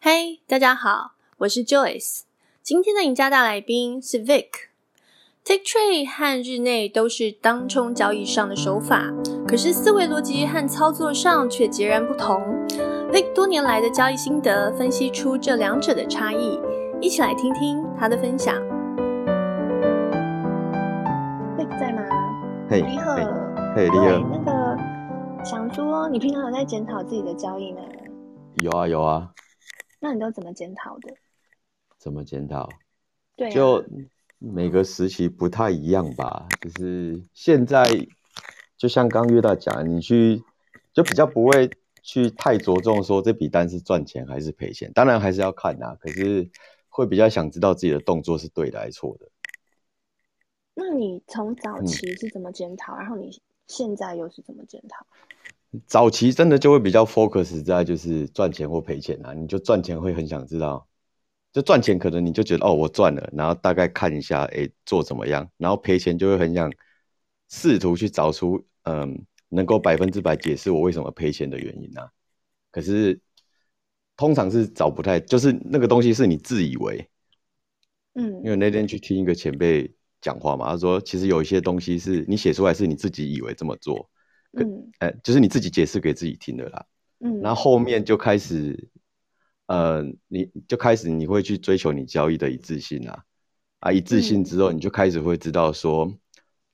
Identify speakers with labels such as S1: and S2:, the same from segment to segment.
S1: 嘿、大家好，我是 Joyce。今天的赢家大来宾是 Vic。Take Trade 和日内都是当冲交易上的手法，可是思维逻辑和操作上却截然不同。Vic 多年来的交易心得分析出这两者的差异，一起来听听他的分享。Vic 在吗？
S2: 嘿，
S1: 你好，
S2: 嘿，嘿，你
S1: 嗨
S2: 好，
S1: 那个想说，你平常有在检讨自己的交易吗？
S2: 有啊有啊，
S1: 那你都怎么检讨的？
S2: 怎么检讨？
S1: 对、啊，
S2: 就每个时期不太一样吧，就是现在，就像刚刚月大讲，你去就比较不会去太着重说这笔单是赚钱还是赔钱，当然还是要看啊，可是会比较想知道自己的动作是对的还是错的。
S1: 那你从早
S2: 嗯
S1: 期是怎么检讨，然后你现在又是怎么检讨？
S2: 早期真的就会比较 focus 在就是赚钱或赔钱啊，你就赚钱会很想知道，就赚钱可能你就觉得哦我赚了，然后大概看一下诶做怎么样，然后赔钱就会很想试图去找出嗯能够百分之百解释我为什么赔钱的原因啊，可是通常是找不太，就是那个东西是你自以为，
S1: 嗯
S2: 因为那天去听一个前辈讲话嘛，他说其实有一些东西是你写出来是你自己以为这么做，
S1: 嗯
S2: 呃，就是你自己解释给自己听的啦。
S1: 嗯，
S2: 然后后面就开始，呃，你就开始你会去追求你交易的一致性啊，啊，一致性
S1: 嗯
S2: 之后，你就开始会知道说，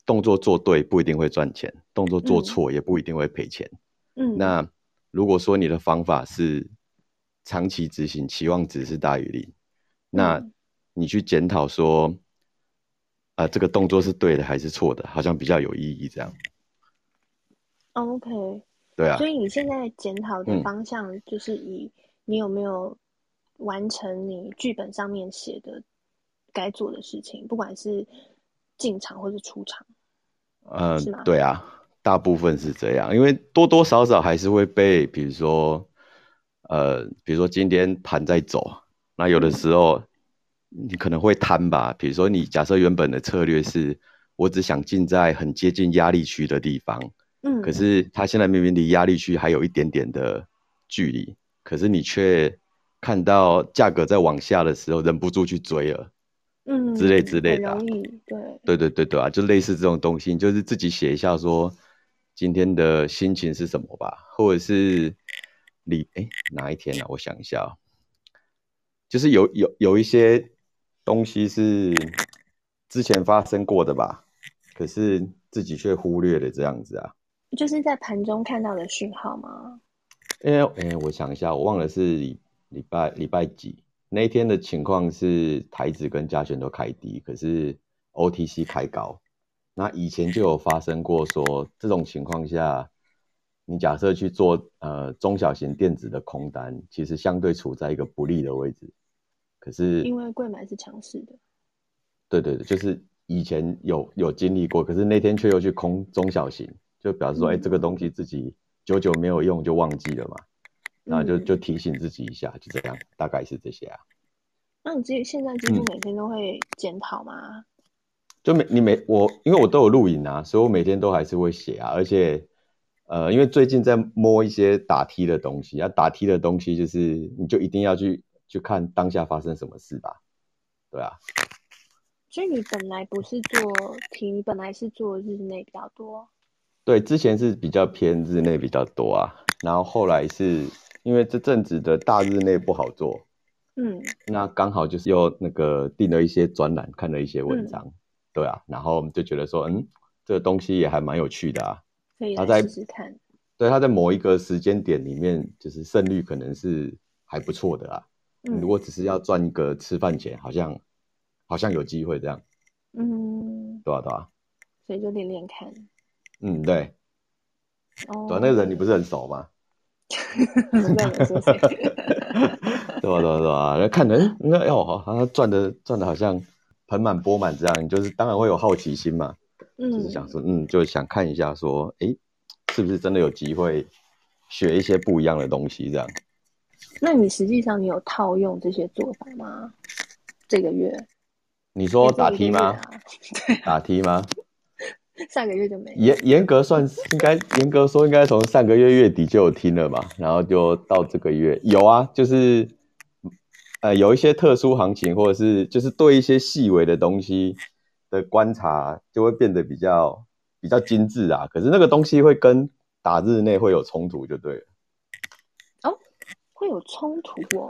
S2: 动作做对不一定会赚钱，动作做
S1: 嗯
S2: 错也不一定会赔钱。
S1: 嗯
S2: 那如果说你的方法是长期执行，期望值是大于零，那
S1: 嗯
S2: 你去检讨说，啊、这个动作是对的还是错的，好像比较有意义。这样，
S1: 哦 OK，
S2: 对啊
S1: 所，以你现在检讨的
S2: 嗯
S1: 方向就是以你有没有完成你剧本上面写的该做的事情，不管是进场或是出场。
S2: 嗯
S1: 是吗，
S2: 对啊，大部分是这样，因为多多少少还是会被，比如说，呃，比如说今天盘在走，那有的
S1: 嗯
S2: 时候你可能会贪吧，比如说你假设原本的策略是我只想进在很接近压力区的地方，
S1: 嗯，
S2: 可是它现在明明离压力区还有一点点的距离，可是你却看到价格在往下的时候，忍不住去追了。
S1: 嗯
S2: 之类之类
S1: 很
S2: 的啊
S1: 容易对，
S2: 对对对对啊，就类似这种东西，你就是自己写一下说今天的心情是什么吧，或者是礼哎哪一天啊？我想一下、哦，就是有有有一些东西是之前发生过的吧，可是自己却忽略了这样子啊。
S1: 就是在盘中看到的讯号吗？
S2: 因
S1: 呃
S2: 为哎，我想一下，我忘了是礼礼拜礼拜几那一天的情况是台指跟加权都开低，可是 OTC 开高。那以前就有发生过说这种情况下，你假设去做呃中小型电子的空单，其实相对处在一个不利的位置。可是
S1: 因为贵买是强势的。
S2: 对对对，就是以前有有经历过，可是那天却又去空中小型，就表示说，哎、
S1: 嗯
S2: 这个东西自己久久没有用就忘记了嘛，然后就
S1: 嗯
S2: 就提醒自己一下，就这样，大概是这些啊。
S1: 那你自己现在几乎
S2: 嗯
S1: 每天都会检讨吗？
S2: 就每你每我，因为我都有录影啊，所以我每天都还是会写啊，而且，呃，因为最近在摸一些打 T 的东西啊，打 T 的东西就是你就一定要去去看当下发生什么事吧，对啊，
S1: 所以你本来不是做题，你本来是做日内比较多。
S2: 对，之前是比较偏日内比较多啊，然后后来是因为这阵子的大日内不好做，
S1: 嗯
S2: 那刚好就是又那个订了一些专栏，看了一些文
S1: 嗯
S2: 章，对啊，然后就觉得说，嗯，这个东西也还蛮有趣的啊。
S1: 可以
S2: 他
S1: 来
S2: 在
S1: 试试看。嗯
S2: 对，它在某一个时间点里面，就是胜率可能是还不错的啦。
S1: 嗯
S2: 如果只是要赚一个吃饭钱，好像好像有机会这样，
S1: 嗯，
S2: 对吧、对吧、
S1: 所以就练练看。
S2: 嗯，对，
S1: 哦，
S2: 对、啊，那个人你不是很熟吗？
S1: 不知道你在说 谁
S2: 对啊，对啊，对啊，那看人，那哎呦，好像赚的赚的好像盆满钵满这样，你就是当然会有好奇心嘛，就是想
S1: 嗯，
S2: 说，嗯，就想看一下说，诶，是不是真的有机会学一些不一样的东西这样？
S1: 那你实际上你有套用这些做法吗？这个月
S2: 你说打 T
S1: 题
S2: 吗？打 T 吗？
S1: 上啊个月就没有。
S2: 严严格算是应该严格说应该从上个月月底就有听了嘛，然后就到这个月有啊，就是呃有一些特殊行情，或者是就是对一些细微的东西的观察，就会变得比较比较精致啊。可是那个东西会跟打日内会有冲突，就对了。
S1: 哦会有冲突哦？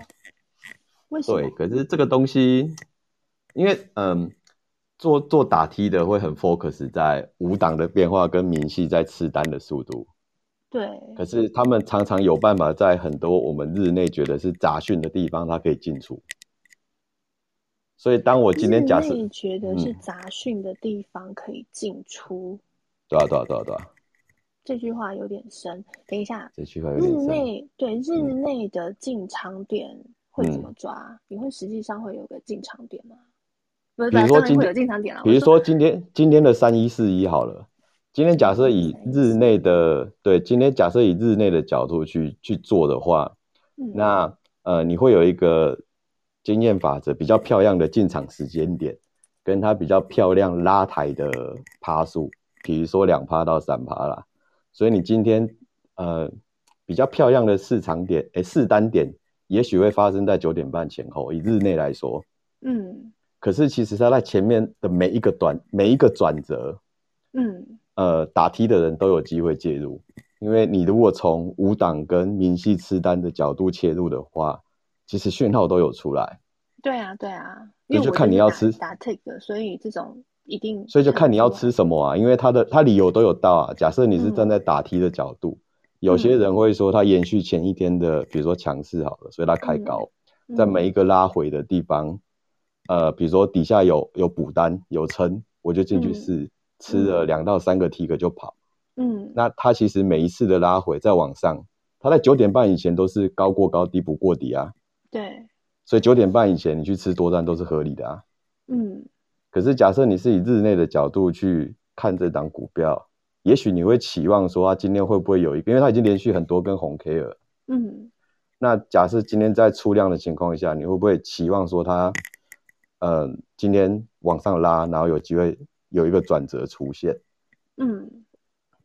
S1: 为什么？
S2: 对，可是这个东西，因为嗯，做做打踢的会很 focus 在五档的变化跟明细在吃单的速度，
S1: 对，
S2: 可是他们常常有办法在很多我们日内觉得是杂讯的地方，它可以进出。所以当我今天假设，
S1: 你觉得是
S2: 嗯
S1: 杂讯的地方可以进出，
S2: 对啊对啊对啊对啊，
S1: 这句话有点深。等一下，
S2: 这句话有
S1: 日
S2: 点嗯深。
S1: 内对日内的进场点会怎
S2: 嗯
S1: 么抓？你会实际上会有个进场点吗？不是，
S2: 比如说
S1: 当然
S2: 今
S1: 会
S2: 天
S1: 有进场点了。
S2: 比如
S1: 我说
S2: 说今天今天的三一四一好了，今天假设以日内的对，今天假设以日内的角度去去做的话，
S1: 嗯
S2: 那呃，你会有一个经验法则，比较漂亮的进场时间点，跟它比较漂亮拉抬的趴数，比如说两趴到三趴啦。所以你今天呃比较漂亮的市场点，诶，试单点，也许会发生在九点半前后，以日内来说。
S1: 嗯
S2: 可是其实它在前面的每一个短每一个转折，
S1: 嗯
S2: 呃，打 T 的人都有机会介入，因为你如果从五档跟明细吃单的角度切入的话，其实讯号都有出来，
S1: 对啊对啊，因
S2: 那
S1: 为
S2: 就
S1: 我
S2: 看
S1: 是
S2: 你要
S1: 打
S2: 吃
S1: 打 take 的，所以这种一定
S2: 所以就看你要
S1: 得出
S2: 吃
S1: 来
S2: 什么啊，因为它的它理由都有到啊。假设你是站在打 T 的角度，有些人会说它延续前一天的，比如说强势好了，所以它开高，
S1: 嗯
S2: 在每一个拉回的地方，呃，比如说底下有有补单有撑，我就进去
S1: 嗯
S2: 试，吃了两到三个 T 个就跑。
S1: 嗯
S2: 那它其实每一次的拉回再往上，它在九点半以前都是高过高低不过底啊，
S1: 对
S2: 所以九点半以前你去吃多单都是合理的啊。
S1: 嗯
S2: 可是假设你是以日内的角度去看这档股票，也许你会期望说它今天会不会有一个，因为它已经连续很多根红 K 了。
S1: 嗯
S2: 那假设今天在出量的情况下，你会不会期望说它，呃，今天往上拉，然后有机会有一个转折出现？
S1: 嗯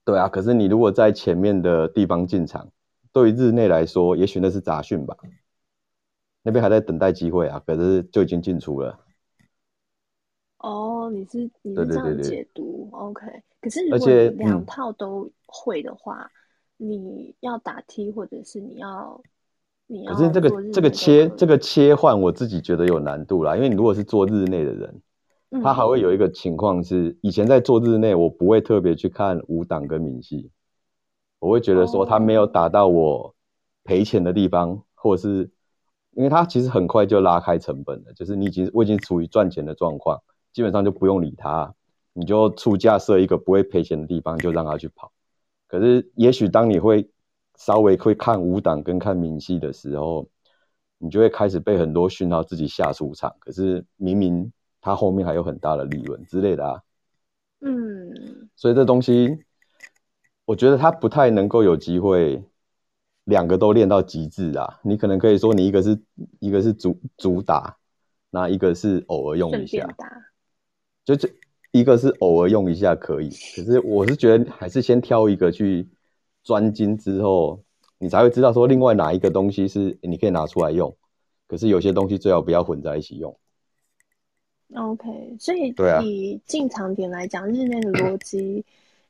S2: 对啊，可是你如果在前面的地方进场，对于日内来说，也许那是杂讯吧，那边还在等待机会啊，可是就已经进出了。
S1: 哦，你是你
S2: 对
S1: 是这
S2: 对对
S1: 样
S2: 对
S1: 解读，OK。可是如
S2: 而
S1: 果你
S2: 且
S1: 两
S2: 嗯
S1: 套都会的话，你要打 T 或者是你要你
S2: 可
S1: 要
S2: 是这
S1: 哦做日
S2: 个这个
S1: 内都
S2: 切
S1: 可
S2: 这
S1: 以
S2: 个切换，我自己觉得有难度啦，因为你如果是做日内的人，他还
S1: 嗯
S2: 会有一个情况是，以前在做日内，我不会特别去看五档跟明细，我会觉得说他没有
S1: 哦
S2: 打到我赔钱的地方，或者是因为他其实很快就拉开成本了，就是你已经我已经处于赚钱的状况，基本上就不用理他，你就出价设一个不会赔钱的地方，就让他去跑。可是也许当你会稍微会看五档跟看明细的时候，你就会开始被很多讯号自己吓出场。可是明明它后面还有很大的利润之类的啊，
S1: 嗯
S2: 所以这东西我觉得它不太能够有机会两个都练到极致啊。你可能可以说你一个是一个是主主打，那一个是偶尔用
S1: 顺
S2: 一下
S1: 便，打
S2: 就这一个是偶尔用一下可以，可是我是觉得还是先挑一个去专精之后，你才会知道说另外哪一个东西是你可以拿出来用，可是有些东西最好不要混在一起用。
S1: OK。所以
S2: 对啊
S1: 以进场点来讲，日内的逻辑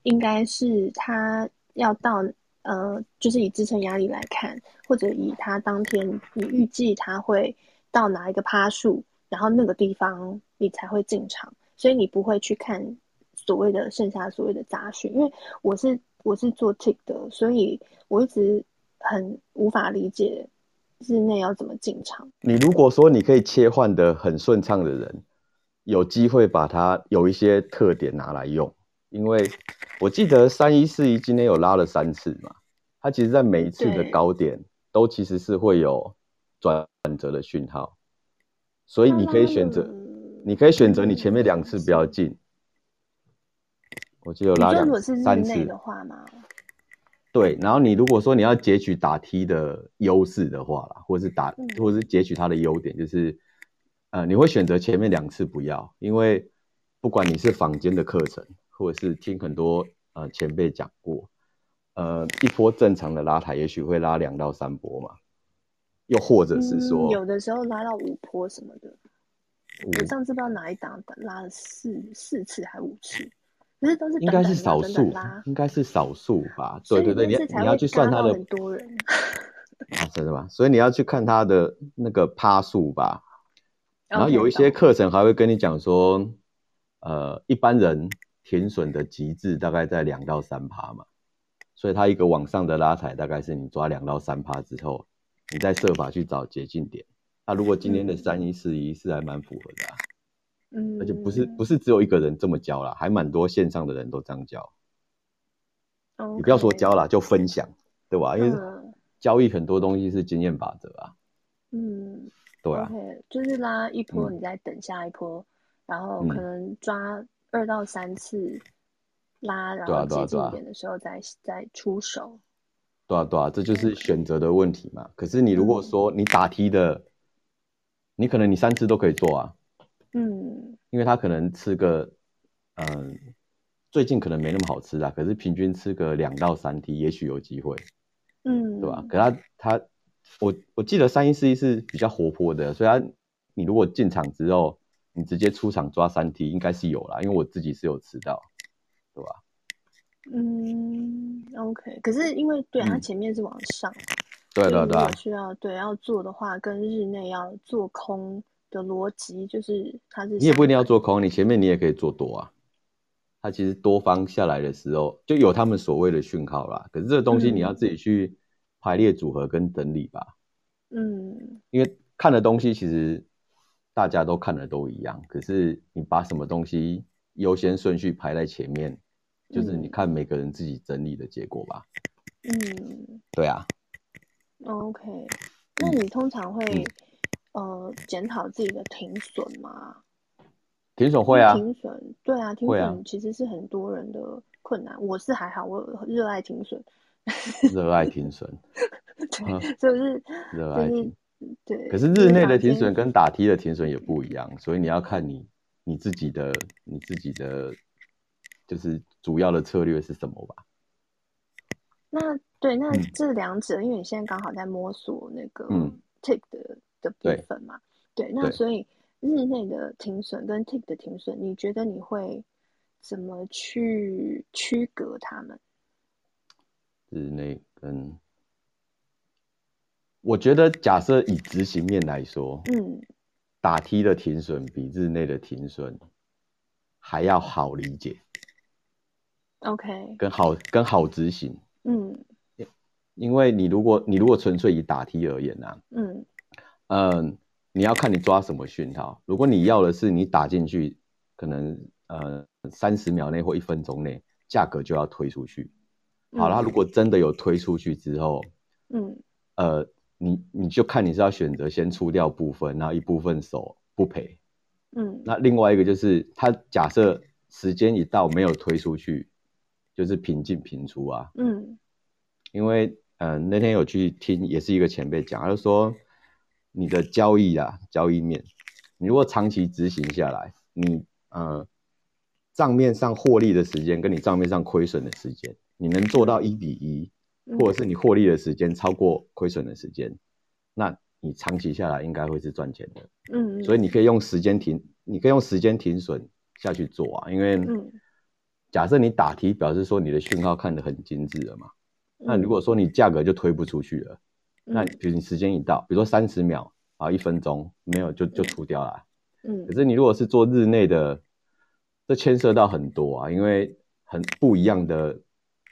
S1: 应该是它要到呃，就是以支撑压力来看，或者以它当天你预计它会到哪一个趴数，然后那个地方你才会进场，所以你不会去看所谓的剩下所谓的杂讯，因为我是我是做 tick 的，所以我一直很无法理解日内要怎么进场。
S2: 你如果说你可以切换的很顺畅的人，有机会把它有一些特点拿来用，因为我记得三一四一今天有拉了三次嘛，它其实在每一次的
S1: 对
S2: 高点都其实是会有转折的讯号，所以你可以选择，
S1: 嗯
S2: 你可以选择你前面两次不要进，我记得有
S1: 嗯你
S2: 拉
S1: 说
S2: 两
S1: 如果是日
S2: 三
S1: 内
S2: 次
S1: 的，话嘛，
S2: 对，然后你如果说你要截取打 T 的优势的话啦，或是打，
S1: 嗯
S2: 或是截取它的优点，就是，呃，你会选择前面两次不要，因为不管你是坊间的课程，或者是听很多呃前辈讲过，呃，一波正常的拉抬也许会拉两到三波嘛，又或者是
S1: 嗯
S2: 说
S1: 有的时候拉到五坡什么的，
S2: 五
S1: 我上次不知道哪一档拉了四四次还五次，可是都是
S2: 应该是
S1: 短短
S2: 少
S1: 拉
S2: 数
S1: 短短拉，
S2: 应该是少数吧？
S1: 所
S2: 对
S1: 以
S2: 对
S1: 那
S2: 对，你要
S1: 次才
S2: 你要
S1: 会
S2: 去算
S1: 嘎
S2: 它
S1: 到
S2: 的
S1: 很多人，
S2: 啊，真的吗？所以你要去看它的那个趴数吧。然后
S1: OK，
S2: 有一些
S1: 懂
S2: 课程还会跟你讲说，呃，一般人停损的极致大概在两到三趴嘛，所以它一个往上的拉抬大概是你抓两到三趴之后，你再设法去找捷径点。那、如果今天的
S1: 嗯
S2: 三一四一是还蛮符合的、啊，
S1: 嗯，
S2: 而且不是不是只有一个人这么教啦，还蛮多线上的人都这样教。
S1: OK，
S2: 你不要说教啦，就分享，对吧？因为
S1: 嗯
S2: 交易很多东西是经验法则啊，
S1: 嗯，
S2: 对啊，
S1: OK，就是拉一波，
S2: 嗯
S1: 你再等下一波，然后
S2: 嗯
S1: 可能抓二到三次拉，然
S2: 对啊
S1: 后
S2: 对
S1: 接
S2: 啊
S1: 近
S2: 对啊
S1: 一点的时候再再出手。
S2: 对啊，对啊，这就是选择的问题嘛。可是你如果说你打踢的，你可能你三次都可以做啊，
S1: 嗯
S2: 因为它可能吃个，嗯、最近可能没那么好吃啊啦，可是平均吃个两到三踢，也许有机会，
S1: 嗯，
S2: 对吧？啊可它它，我我记得三一四一是比较活泼的，所以它你如果进场之后，你直接出场抓三踢，应该是有啦，因为我自己是有吃到，对吧？
S1: 嗯，OK，可是因为对啊它
S2: 嗯
S1: 前面是往上，
S2: 对啊对
S1: 所
S2: 啊
S1: 以
S2: 对
S1: 如
S2: 啊
S1: 果，需要对要做的话，跟日内要做空的逻辑就是它是
S2: 你也不一定要做空，你前面你也可以做多啊。它其实多方下来的时候，就有他们所谓的讯号啦。可是这个东西
S1: 嗯
S2: 你要自己去排列组合跟整理吧，
S1: 嗯
S2: 因为看的东西其实大家都看的都一样，可是你把什么东西优先顺序排在前面，就是你
S1: 嗯
S2: 看每个人自己整理的结果吧。
S1: 嗯
S2: 对啊，
S1: OK，那
S2: 嗯
S1: 你通常会呃检讨自己的停损吗？
S2: 停损会啊，
S1: 停损，对啊，停
S2: 会啊
S1: 损其实是很多人的困难。我是还好，我热爱停损，
S2: 热爱停损，啊
S1: 对，就是
S2: 热
S1: 就
S2: 爱停
S1: 是。对。啊
S2: 可是日内的
S1: 就是
S2: 停
S1: 房间
S2: 损跟打踢的停损也不一样，所以你要看你你自己的你自己的就是主要的策略是什么吧。
S1: 那对，那
S2: 嗯
S1: 这两者，因为你现在刚好在摸索那个
S2: 嗯
S1: tick 的的
S2: 对
S1: 部分嘛，对，那
S2: 对
S1: 所以日内的停损跟 tick 的停损，你觉得你会怎么去区隔它们？
S2: 日内跟我觉得，假设以执行面来说，
S1: 嗯
S2: 打踢的停损比日内的停损还要好理解，
S1: ，OK，
S2: 跟好跟好执行。
S1: 嗯
S2: 因为你如果你如果纯粹以打踢而言啊，
S1: 嗯
S2: 嗯，你要看你抓什么讯号。如果你要的是你打进去，可能呃三十秒内或一分钟内，价格就要推出去。好啦，
S1: 嗯
S2: 如果真的有推出去之后，
S1: 嗯
S2: 呃，你你就看你是要选择先出掉部分，然后一部分手不赔。
S1: 嗯
S2: 那另外一个就是，他假设时间一到没有推出去，就是平进平出啊。
S1: 嗯
S2: 因为嗯、呃那天有去听，也是一个前辈讲，他就说你的交易啊，交易面，你如果长期执行下来，你呃账面上获利的时间跟你账面上亏损的时间，你能做到一比一，
S1: 嗯
S2: 或者是你获利的时间超过亏损的时间，那你长期下来应该会是赚钱的。
S1: 嗯，
S2: 所以
S1: 以
S2: 你可以用时间停，你可以用时间停损下去做啊，因为
S1: 嗯
S2: 假设你打题，表示说你的讯号看得很精致了嘛。那如果说你价格就推不出去了，那
S1: 嗯
S2: 比如你时间一到，比如说三十秒啊，一分钟没有就就出掉了。啊
S1: 嗯
S2: 可是你如果是做日内的，这牵涉到很多啊，因为很不一样的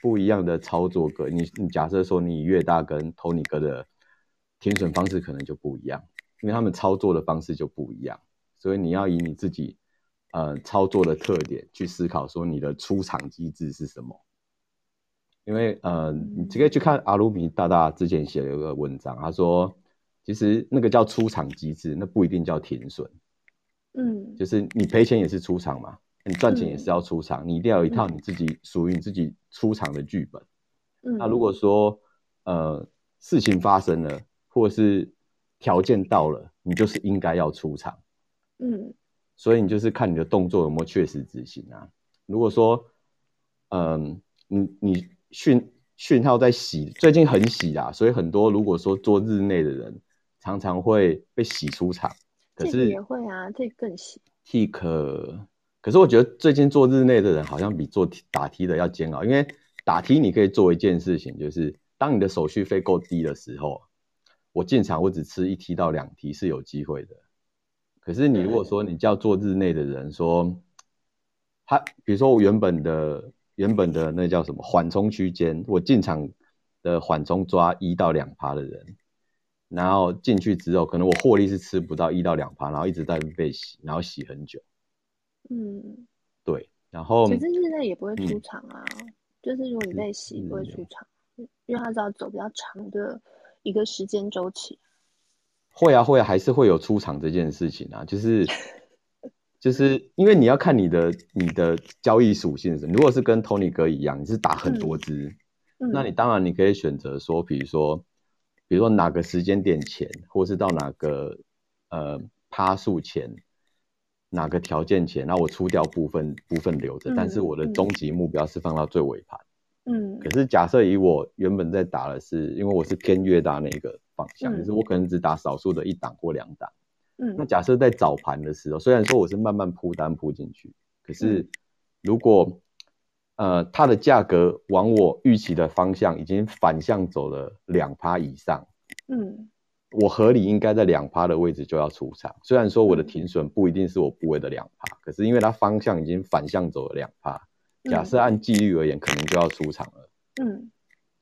S2: 不一样的操作格。你你假设说你以越大跟投你哥的停损方式可能就不一样，因为他们操作的方式就不一样，所以你要以你自己呃操作的特点去思考说你的出场机制是什么。因为呃，你直接去看阿鲁米大大之前写了一个文章，他说其实那个叫出场机制，那不一定叫停损。
S1: 嗯
S2: 就是你赔钱也是出场嘛，你赚钱也是要出场，你一定要有一套你自己属于你自己出场的剧本。
S1: 嗯，
S2: 那如果说呃事情发生了，或是条件到了，你就是应该要出场，
S1: 嗯
S2: 所以你就是看你的动作有没有确实执行啊。如果说嗯、你你讯讯号在洗，最近很洗啊，所以很多如果说做日内的人，常常会被洗出场。可
S1: Take
S2: 是
S1: 也会啊，Take 更细。
S2: Tik，可是我觉得最近做日内的人好像比做打 T 的要煎熬，因为打 T 你可以做一件事情，就是当你的手续费够低的时候，我进场我只吃一 T 到两 T 是有机会的。可是你如果说你叫做日内的人说，他比如说我原本的原本的那叫什么缓冲区间，我进场的缓冲抓一到两趴的人，然后进去之后，可能我获利是吃不到一到两趴，然后一直在被洗，然后洗很久。
S1: 嗯，
S2: 对，然后
S1: 可是日内也不会出
S2: 哦嗯
S1: 场啊，就是如果你被洗不会
S2: 嗯
S1: 出场，因为它是要走比较长的一个时间周期。
S2: 会啊会啊，还是会有出场这件事情啊，就是就是因为你要看你的你的交易属性是什么。如果是跟 Tony 哥一样，你是打很多只，
S1: 嗯，
S2: 那你当然你可以选择说，比如说，比如说哪个时间点前，或是到哪个呃趴数前，哪个条件前，那我出掉部分部分留着，但是
S1: 嗯
S2: 我的
S1: 嗯
S2: 终极目标是放到最尾盘。
S1: 嗯
S2: 可是假设以我原本在打的是，因为我是偏越打那个方向，
S1: 嗯
S2: 就是我可能只打少数的一档或两档。那
S1: 嗯
S2: 假设在早盘的时候，虽然说我是慢慢铺单铺进去，可是如果呃它的价格往我预期的方向已经反向走了两趴以上，
S1: 嗯
S2: 我合理应该在两趴的位置就要出场。虽然说我的停损不一定是我部位的两趴，可是因为它方向已经反向走了两趴，假设啊按纪律而言，可能就要出场了。
S1: 嗯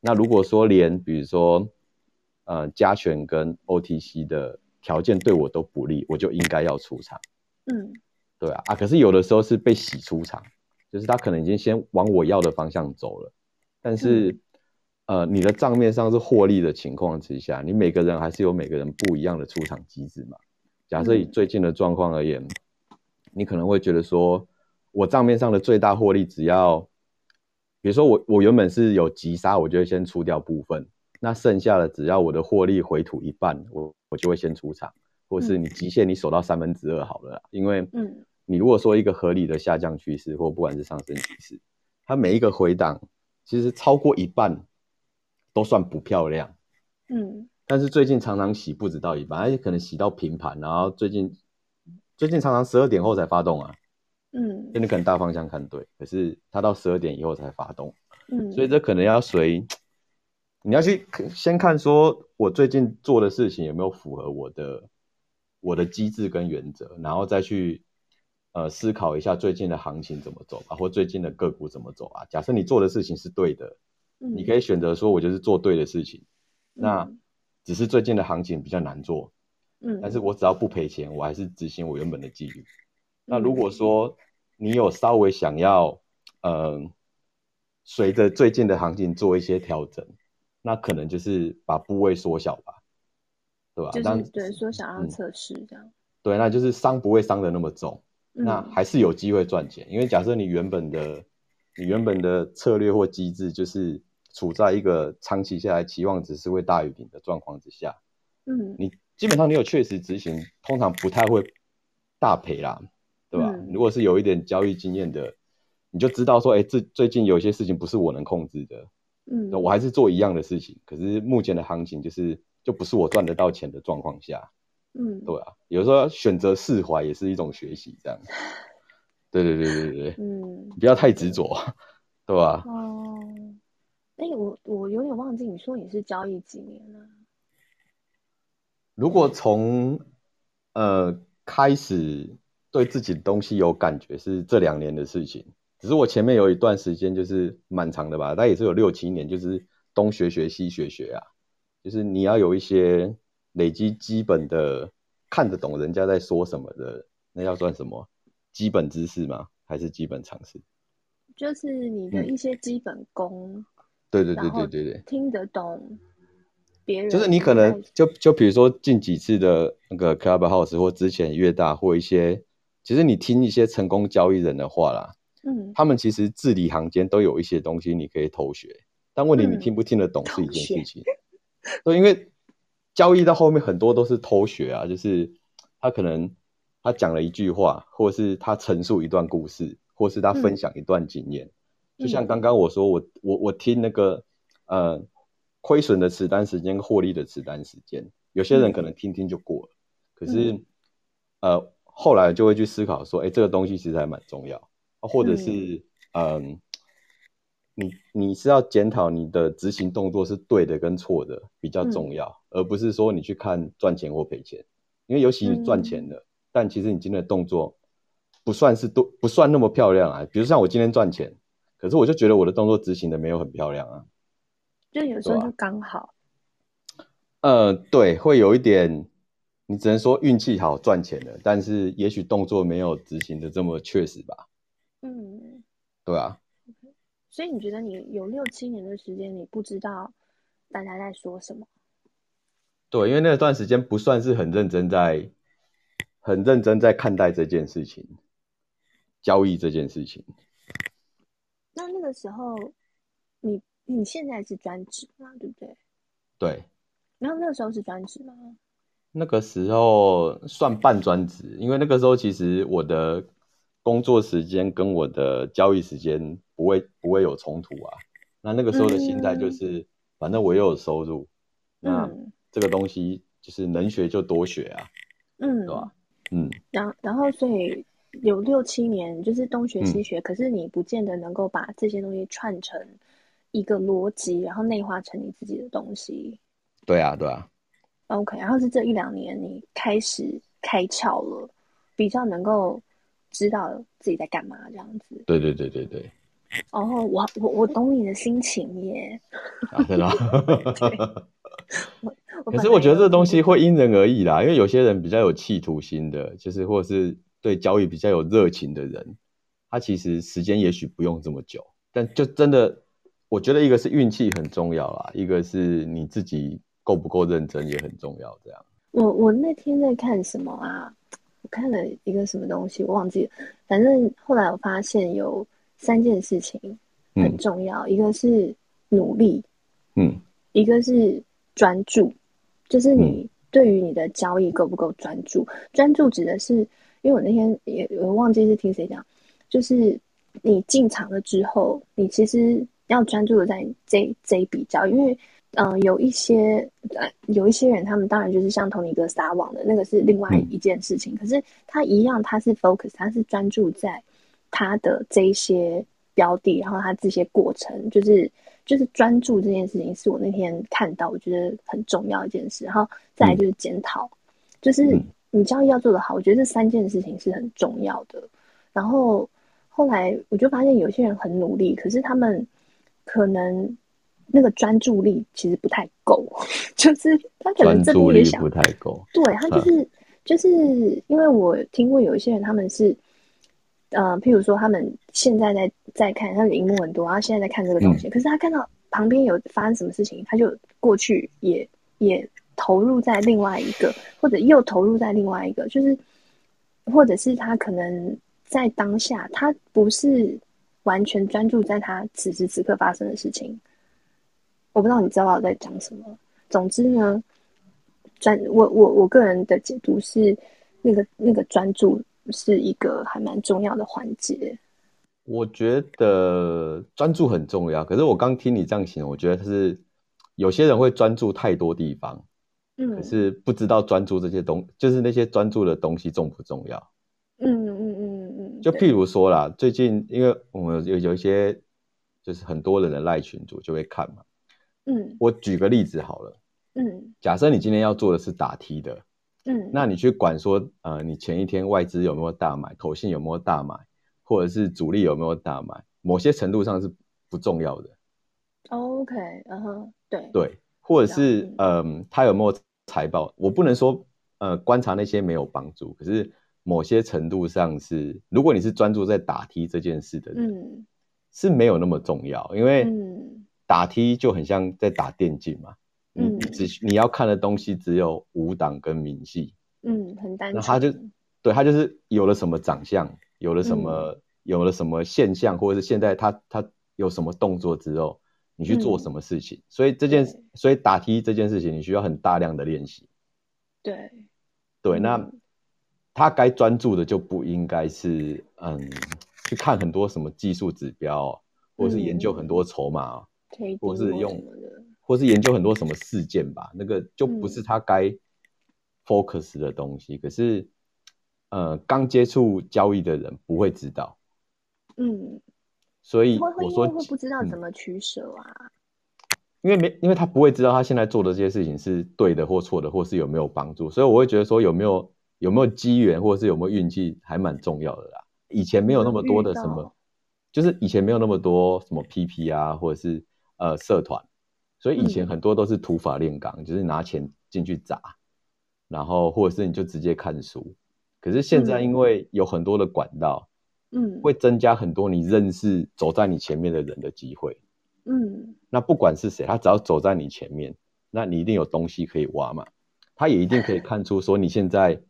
S2: 那如果说连比如说，呃，加权跟 OTC 的条件对我都不利，我就应该要出场，
S1: 嗯
S2: 对啊啊。可是有的时候是被洗出场，就是他可能已经先往我要的方向走了，但
S1: 嗯
S2: 是、呃，你的账面上是获利的情况之下，你每个人还是有每个人不一样的出场机制嘛。假设以
S1: 嗯
S2: 最近的状况而言，你可能会觉得说，我账面上的最大获利只要，比如说我我原本是有急杀，我就会先出掉部分，那剩下的只要我的获利回吐一半，我我就会先出场，或是
S1: 嗯
S2: 你极限你守到三分之二好了啦，因为
S1: 嗯
S2: 你如果说一个合理的下降趋势，或不管是上升趋势，它每一个回档其实超过一半都算不漂亮。
S1: 嗯
S2: 但是最近常常洗不止到一半，而且可能洗到平盘，然后最近最近常常十二点后才发动啊，
S1: 嗯
S2: 就你可能大方向看对，可是它到十二点以后才发动，
S1: 嗯，
S2: 所以这可能要随你要去先看说我最近做的事情有没有符合我的我的机制跟原则，然后再去呃思考一下最近的行情怎么走啊，或最近的个股怎么走啊。假设你做的事情是对的，你可
S1: 以
S2: 以选择说我就是做对的事情，那
S1: 嗯
S2: 只是最近的行情比较难做，
S1: 嗯，
S2: 但是我只要不赔钱，我还是执行我原本的纪律。那如
S1: 嗯
S2: 果说你有稍微想要，嗯、随着最近的行情做一些调整，那可能就是把部位缩小吧，对吧？
S1: 就
S2: 让
S1: 是对说想要
S2: 嗯
S1: 测试这样，
S2: 对，那就是伤不会伤的那么重，那
S1: 嗯
S2: 还是有机会赚钱。因为假设你原本的你原本的策略或机制就是处在一个长期下来期望值是会大于零的状况之下，
S1: 嗯
S2: 你基本上你有确实执行，通常不太会大赔啦，对吧？
S1: 嗯
S2: 如果是有一点交易经验的，你就知道说，哎，这最近有一些事情不是我能控制的，
S1: 嗯，
S2: 那我还是做一样的事情，可是目前的行情就是就不是我赚得到钱的状况下，
S1: 嗯
S2: 对啊，有时候选择释怀也是一种学习，这样。对对对对对对，
S1: 嗯
S2: 不要太执着，对吧？
S1: 哦，哎，我我有点忘记你说你是交易几年了，
S2: 如果从呃开始对自己的东西有感觉，是这两年的事情。只是我前面有一段时间就是蛮长的吧，但也是有六七年，就是东学学西学学啊，就是你要有一些累积基本的看得懂人家在说什么的，那要算什么基本知识吗？还是基本常识？
S1: 就是你的
S2: 嗯
S1: 一些基本功，
S2: 对对
S1: 然
S2: 对
S1: 后
S2: 对对对。
S1: 听得懂别人在，
S2: 就是你可能就就比如说近几次的那个 Clubhouse 或之前越大或一些，其实你听一些成功交易人的话啦，
S1: 嗯
S2: 他们其实字里行间都有一些东西你可以偷学，但问题你
S1: 嗯
S2: 听不听得懂是一
S1: 偷
S2: 件
S1: 学
S2: 事情。对，因为交易到后面很多都是偷学啊，就是他可能他讲了一句话，或是他陈述一段故事，或是他分
S1: 嗯
S2: 享一段经验。就像
S1: 嗯
S2: 刚刚我说，我我我听那个呃亏损的持单时间、获利的持单时间，有些人可能听听就过了，可是
S1: 嗯
S2: 呃后来就会去思考说，哎，这个东西其实还蛮重要，啊或者
S1: 嗯
S2: 是嗯、你你是要检讨你的执行动作是对的跟错的比较重要，而不是说你去看赚钱或赔钱，因为尤其你赚钱了，但其实你今天的动作不算是多，不算那么漂亮啊。比如像我今天赚钱，可是我就觉得我的动作执行的没有很漂亮啊。
S1: 就有时候
S2: 对啊
S1: 就刚好，
S2: 呃，对，会有一点，你只能说运气好赚钱了，但是也许动作没有执行的这么确实吧，
S1: 嗯。
S2: 对啊，
S1: 所以你觉得你有六七年的时间，你不知道大家在说什么？
S2: 对，因为那段时间不算是很认真在，很认真在看待这件事情，交易这件事情。
S1: 那那个时候，你你现在是专职嘛，对不对？
S2: 对，
S1: 然后那个时候是专职吗？
S2: 那个时候算半专职，因为那个时候其实我的工作时间跟我的交易时间不会不会有冲突啊。那那个时候的心态就是，反正我又有收入，那
S1: 嗯
S2: 这个东西就是能学就多学啊。
S1: 嗯，
S2: 对啊嗯，
S1: 然然后所以有六七年，就是东学
S2: 嗯
S1: 西学，可是你不见得能够把这些东西串成一个逻辑，然后内化成你自己的东西。
S2: 对啊，对啊，
S1: OK，然后是这一两年你开始开窍了，比较能够知道自己在干嘛这样子。
S2: 对对对对对，
S1: 哦，我我我懂你的心情耶。
S2: 啊，对啦。
S1: 我
S2: 可
S1: 本
S2: 是
S1: 来
S2: 我觉得
S1: 有嗯
S2: 这东西会因人而异啦，因为有些人比较有企图心的，就是或者是对交易比较有热情的人，他其实时间也许不用这么久，但就真的，我觉得一个是运气很重要啦，一个是你自己够不够认真也很重要，这样。
S1: 我我那天在看什么啊？我看了一个什么东西，我忘记了。反正后来我发现有三件事情很
S2: 嗯
S1: 重要，一个是努力，
S2: 嗯，
S1: 一个是专注，就是你对于你的交易够不够专注。专注指的是，因为我那天也我忘记是听谁讲，就是你进场了之后，你其实要专注的在你这这一笔交易，因为嗯、呃有一些呃有一些人他们当然就是像同尼哥撒网的那个是另外
S2: 嗯
S1: 一件事情，可是他一样他是 focus，他是专注在他的这一些标的，然后他这些过程，就是就是专注这件事情是我那天看到我觉得很重要的一件事，然后再来就是检讨。就是
S2: 嗯
S1: 你交易要做得好，我觉得这三件事情是很重要的。然后后来我就发现有些人很努力，可是他们可能那个专注力其实不太够， 就是他可能
S2: 专
S1: 这
S2: 注
S1: 边也
S2: 力
S1: 想
S2: 不太够。
S1: 对他就是、就是因为我听过有一些人他们是，呃，譬如说他们现在在在看他们荧幕很多，他现在在看这个东西，可是他看到旁边有发生什么事情，他就过去也也投入在另外一个，或者又投入在另外一个，就是或者是他可能在当下他不是完全专注在他此时此刻发生的事情。我不知道你知道我在讲什么。总之呢，专我我我个人的解读是，那个那个专注是一个还蛮重要的环节。
S2: 我觉得专注很重要，可是我刚听你这样形容，我觉得是有些人会专注太多地方，
S1: 嗯
S2: 可是不知道专注这些东，就是那些专注的东西重不重要。
S1: 嗯嗯嗯嗯，
S2: 就
S1: 对
S2: 譬如说啦，最近因为我们有有一些就是很多人的赖群组就会看嘛，
S1: 嗯
S2: 我举个例子好了，
S1: 嗯
S2: 假设你今天要做的是打 T 的，
S1: 嗯，
S2: 那你去管说，呃，你前一天外资有没有大买，投信有没有大买，或者是主力有没有大买，某些程度上是不重要的。
S1: OK，嗯哼，对，
S2: 对，或者
S1: 了
S2: 是
S1: 解
S2: 嗯，他有没有财报？我不能说呃，观察那些没有帮助，可是某些程度上是，如果你是专注在打 T 这件事的人，
S1: 嗯
S2: 是没有那么重要，因为
S1: 嗯
S2: 打 T 就很像在打电竞嘛，你
S1: 嗯
S2: 你只你要看的东西只有五档跟明细，
S1: 嗯，很单
S2: 那
S1: 纯。
S2: 他就对他就是有了什么长相，有了什么、
S1: 嗯
S2: 有了什么现象，或者是现在他他有什么动作之后，你去
S1: 嗯
S2: 做什么事情。所以这件
S1: 对
S2: 所以打 T 这件事情，你需要很大量的练习。
S1: 对，
S2: 对，
S1: 嗯
S2: 那他该专注的就不应该是嗯去看很
S1: 嗯
S2: 多什么技术指标、或者是研究很多筹码、啊
S1: 可以
S2: 或者是
S1: 什
S2: 用
S1: 么的，
S2: 或是研究很多什么事件吧，那个就不
S1: 嗯
S2: 是他该 focus 的东西。可是，呃，刚接触交易的人不会知道，
S1: 嗯，
S2: 所以
S1: 会会
S2: 我
S1: 因
S2: 说
S1: 为会不知道
S2: 嗯
S1: 怎么取舍啊，
S2: 因为没，因为他不会知道他现在做的这些事情是对的或错的，或是有没有帮助，所以我会觉得说有没有有没有机缘，或者是有没有运气，还蛮重要的啦。以前没有那么多的
S1: 嗯
S2: 什
S1: 有没有遇
S2: 么
S1: 到，
S2: 就是以前没有那么多什么 PP 啊，或者是呃社团，所以以前
S1: 嗯
S2: 很多都是土法炼钢，就是拿钱进去砸，然后或者是你就直接看书。可是现在
S1: 嗯
S2: 因为有很多的管道，
S1: 嗯，
S2: 会增加很多你认识走在你前面的人的机会。
S1: 嗯
S2: 那不管是谁，他只要走在你前面，那你一定有东西可以挖嘛。他也一定可以看出说你现在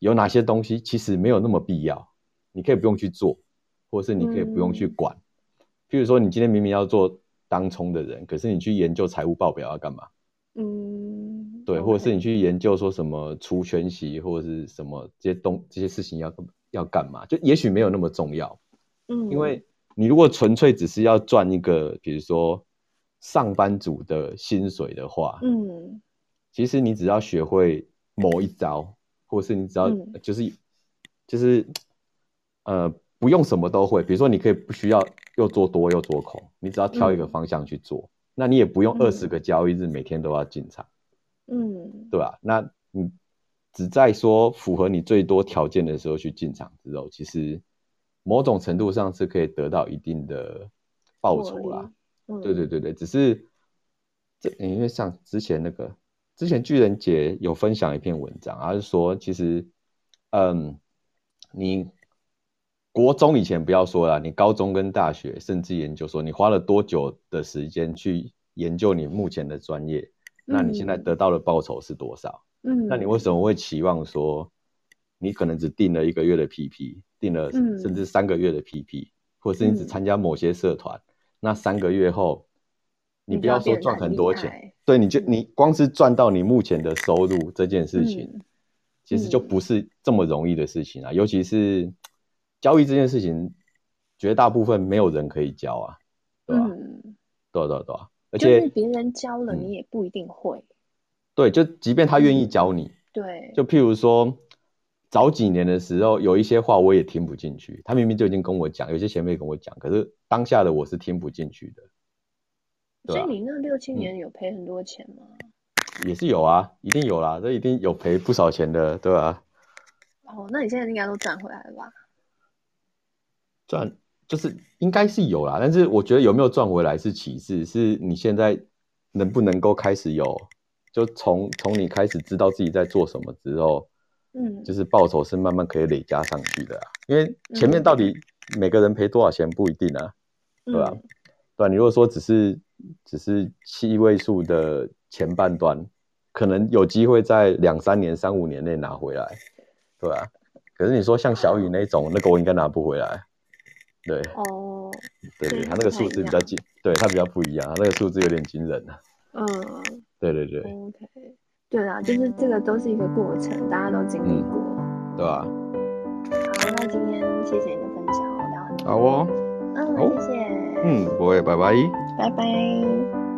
S2: 有哪些东西其实没有那么必要，你可以不用去做，或是你可以不用去
S1: 嗯
S2: 管。譬如说，你今天明明要做当冲的人，可是你去研究财务报表要干嘛？
S1: 嗯，
S2: 对，
S1: OK
S2: 或者是你去研究说什么除权息或者是什么这些东这些事情要要干嘛？就也许没有那么重要，
S1: 嗯，
S2: 因为你如果纯粹只是要赚一个，比如说上班族的薪水的话，
S1: 嗯
S2: 其实你只要学会某一招，或是你只要
S1: 嗯
S2: 就是、就是呃不用什么都会，比如说你可以不需要又做多又做空，你只要挑一个
S1: 嗯
S2: 方向去做，那你也不用
S1: 嗯
S2: 二十个交易日每天都要进场，
S1: 嗯
S2: 对吧？那你只在说符合你最多条件的时候去进场之后，其实某种程度上是可以得到一定的报酬啦。
S1: 嗯，
S2: 对对对对，只是这因为像之前那个，之前巨人姐有分享一篇文章，她是说其实，嗯，你国中以前不要说啦，你高中跟大学甚至研究所，你花了多久的时间去研究你目前的专业，那你现在
S1: 嗯
S2: 得到的报酬是多少？
S1: 嗯，
S2: 那你为什么会期望说，你可能只定了一个月的 PP，定了
S1: 嗯
S2: 甚至三个月的 PP，、或是你只
S1: 嗯
S2: 参加某些社团，那三个月后，你
S1: 你
S2: 不
S1: 就要
S2: 要说
S1: 变得
S2: 赚
S1: 很
S2: 很
S1: 厉
S2: 多
S1: 害
S2: 钱，对，你就
S1: 嗯
S2: 你光是赚到你目前的收入这件事情，
S1: 嗯
S2: 其实就
S1: 嗯
S2: 不是这么容易的事情啊，尤其是交易这件事情，绝大部分没有人可以教啊，对吧、
S1: 嗯，
S2: 对啊对啊对啊，而
S1: 就
S2: 且、
S1: 是别人教了
S2: 嗯
S1: 你也不一定会，
S2: 对，就即便他愿
S1: 嗯
S2: 意教你。
S1: 对，
S2: 就譬如说，早几年的时候，有一些话我也听不进去，他明明就已经跟我讲，有些前辈跟我讲，可是当下的我是听不进去的，对
S1: 所以
S2: 啊
S1: 你那六七
S2: 嗯
S1: 年有赔很多钱吗？
S2: 也是有啊，一定有啦，这一定有赔不少钱的，对吧、
S1: 哦，那你现在应该都赚回来了吧？
S2: 赚就是应该是有啦，但是我觉得有没有赚回来是其次，是你现在能不能够开始有，就从从你开始知道自己在做什么之后，
S1: 嗯，
S2: 就是报酬是慢慢可以累加上去的、啊，因为前
S1: 嗯
S2: 面到底每个人赔多少钱不一定啊。
S1: 对
S2: 对啊对、啊，你如果说只是只是七位数的前半段，可能有机会在两三年、三五年内拿回来，对啊。可是你说像小雨那种，那个我应该拿不回来。对
S1: 哦，
S2: 对
S1: 所
S2: 对，
S1: 以它
S2: 他那
S1: 不
S2: 个
S1: 太
S2: 数字
S1: 一样
S2: 比较惊，对他比较不一样，他那个数字有点惊人啊。
S1: 嗯
S2: 对对对，
S1: ，OK，对啦，就是这个都是一个过程，大家都经历
S2: 嗯
S1: 过。
S2: 对啊吧、
S1: 好，那今天谢谢你的分享哦，聊很多。
S2: 好哦，好
S1: 嗯，谢谢，
S2: 嗯，不会，拜拜。
S1: 拜拜。